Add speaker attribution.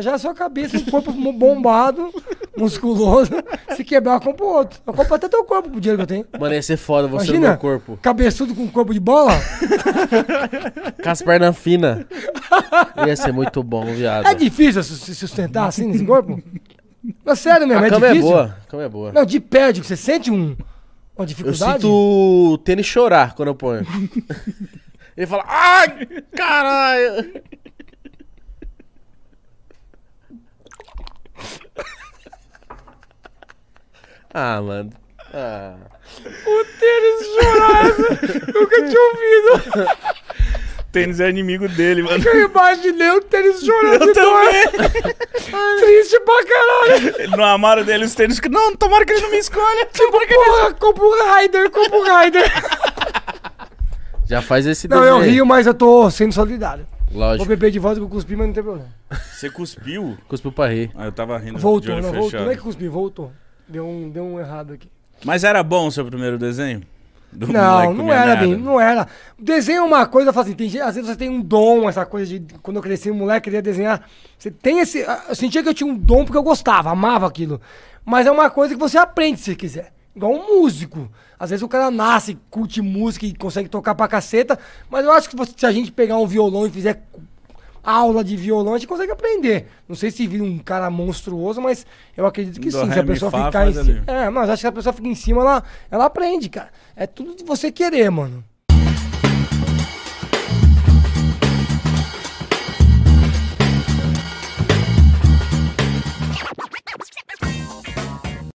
Speaker 1: Já é sua cabeça, um corpo bombado, musculoso. Se quebrar, eu compro outro. Eu compro até teu corpo com o dinheiro que eu tenho.
Speaker 2: Mano, ia ser foda você no
Speaker 1: Imagina,
Speaker 2: é meu corpo.
Speaker 1: cabeçudo com um corpo de bola.
Speaker 2: Com as pernas finas. Ia ser muito Tá bom, viado.
Speaker 1: É difícil se se sustentar assim nesse corpo? Não, sério mesmo,
Speaker 2: A
Speaker 1: é
Speaker 2: cama é
Speaker 1: difícil.
Speaker 2: boa. A cama é boa.
Speaker 1: Não, de pé, digo, você sente um, uma
Speaker 2: Eu
Speaker 1: dificuldade?
Speaker 2: sinto o tênis chorar quando eu ponho. Ele fala, ai, caralho. Ah, mano. Ah.
Speaker 1: Nunca tinha ouvido.
Speaker 3: Tênis é inimigo dele, mano.
Speaker 1: Eu imaginei o tênis chorando de dor. Triste pra caralho.
Speaker 3: Ele não amaram dele os tênis. que- Não, tomara que ele não me escolha.
Speaker 2: Tipo
Speaker 1: Tipo, Porra, compra um Rider, compra um Rider.
Speaker 2: Já faz esse
Speaker 1: Não, eu
Speaker 2: desenho aí.
Speaker 1: rio, mas eu tô sendo solidário. Vou
Speaker 2: Lógico.
Speaker 1: beber de volta que eu cuspi, mas não tem problema.
Speaker 3: Você cuspiu?
Speaker 2: Cuspiu pra rir.
Speaker 3: Ah, eu tava rindo de
Speaker 1: Voltou,
Speaker 3: olho
Speaker 1: não voltou.
Speaker 3: fechado.
Speaker 1: Não é que cuspi, voltou. Deu um, deu um errado aqui.
Speaker 3: Mas era bom o seu primeiro desenho? Do
Speaker 1: Não,
Speaker 3: moleque
Speaker 1: não
Speaker 3: comia
Speaker 1: era
Speaker 3: merda.
Speaker 1: bem, não era. Desenho é uma coisa, eu falo assim, tem, gente- às vezes você tem um dom, essa coisa de quando eu cresci, um moleque queria desenhar. Você tem esse. ah, Eu sentia que eu tinha um dom porque eu gostava, amava aquilo. Mas é uma coisa que você aprende se quiser. Igual um músico. Às vezes o cara nasce, curte música e consegue tocar pra caceta, mas eu acho que você- se a gente pegar um violão e fizer cu- aula de violão, a gente consegue aprender. Não sei se vira um cara monstruoso, mas eu acredito que
Speaker 3: Do
Speaker 1: sim. Se
Speaker 3: ré,
Speaker 1: a
Speaker 3: mi,
Speaker 1: pessoa
Speaker 3: fá,
Speaker 1: ficar em
Speaker 3: faz
Speaker 1: cima.
Speaker 3: ali.
Speaker 1: É, mas acho que se a pessoa fica em cima, ela, ela aprende, cara. É tudo de você querer, mano.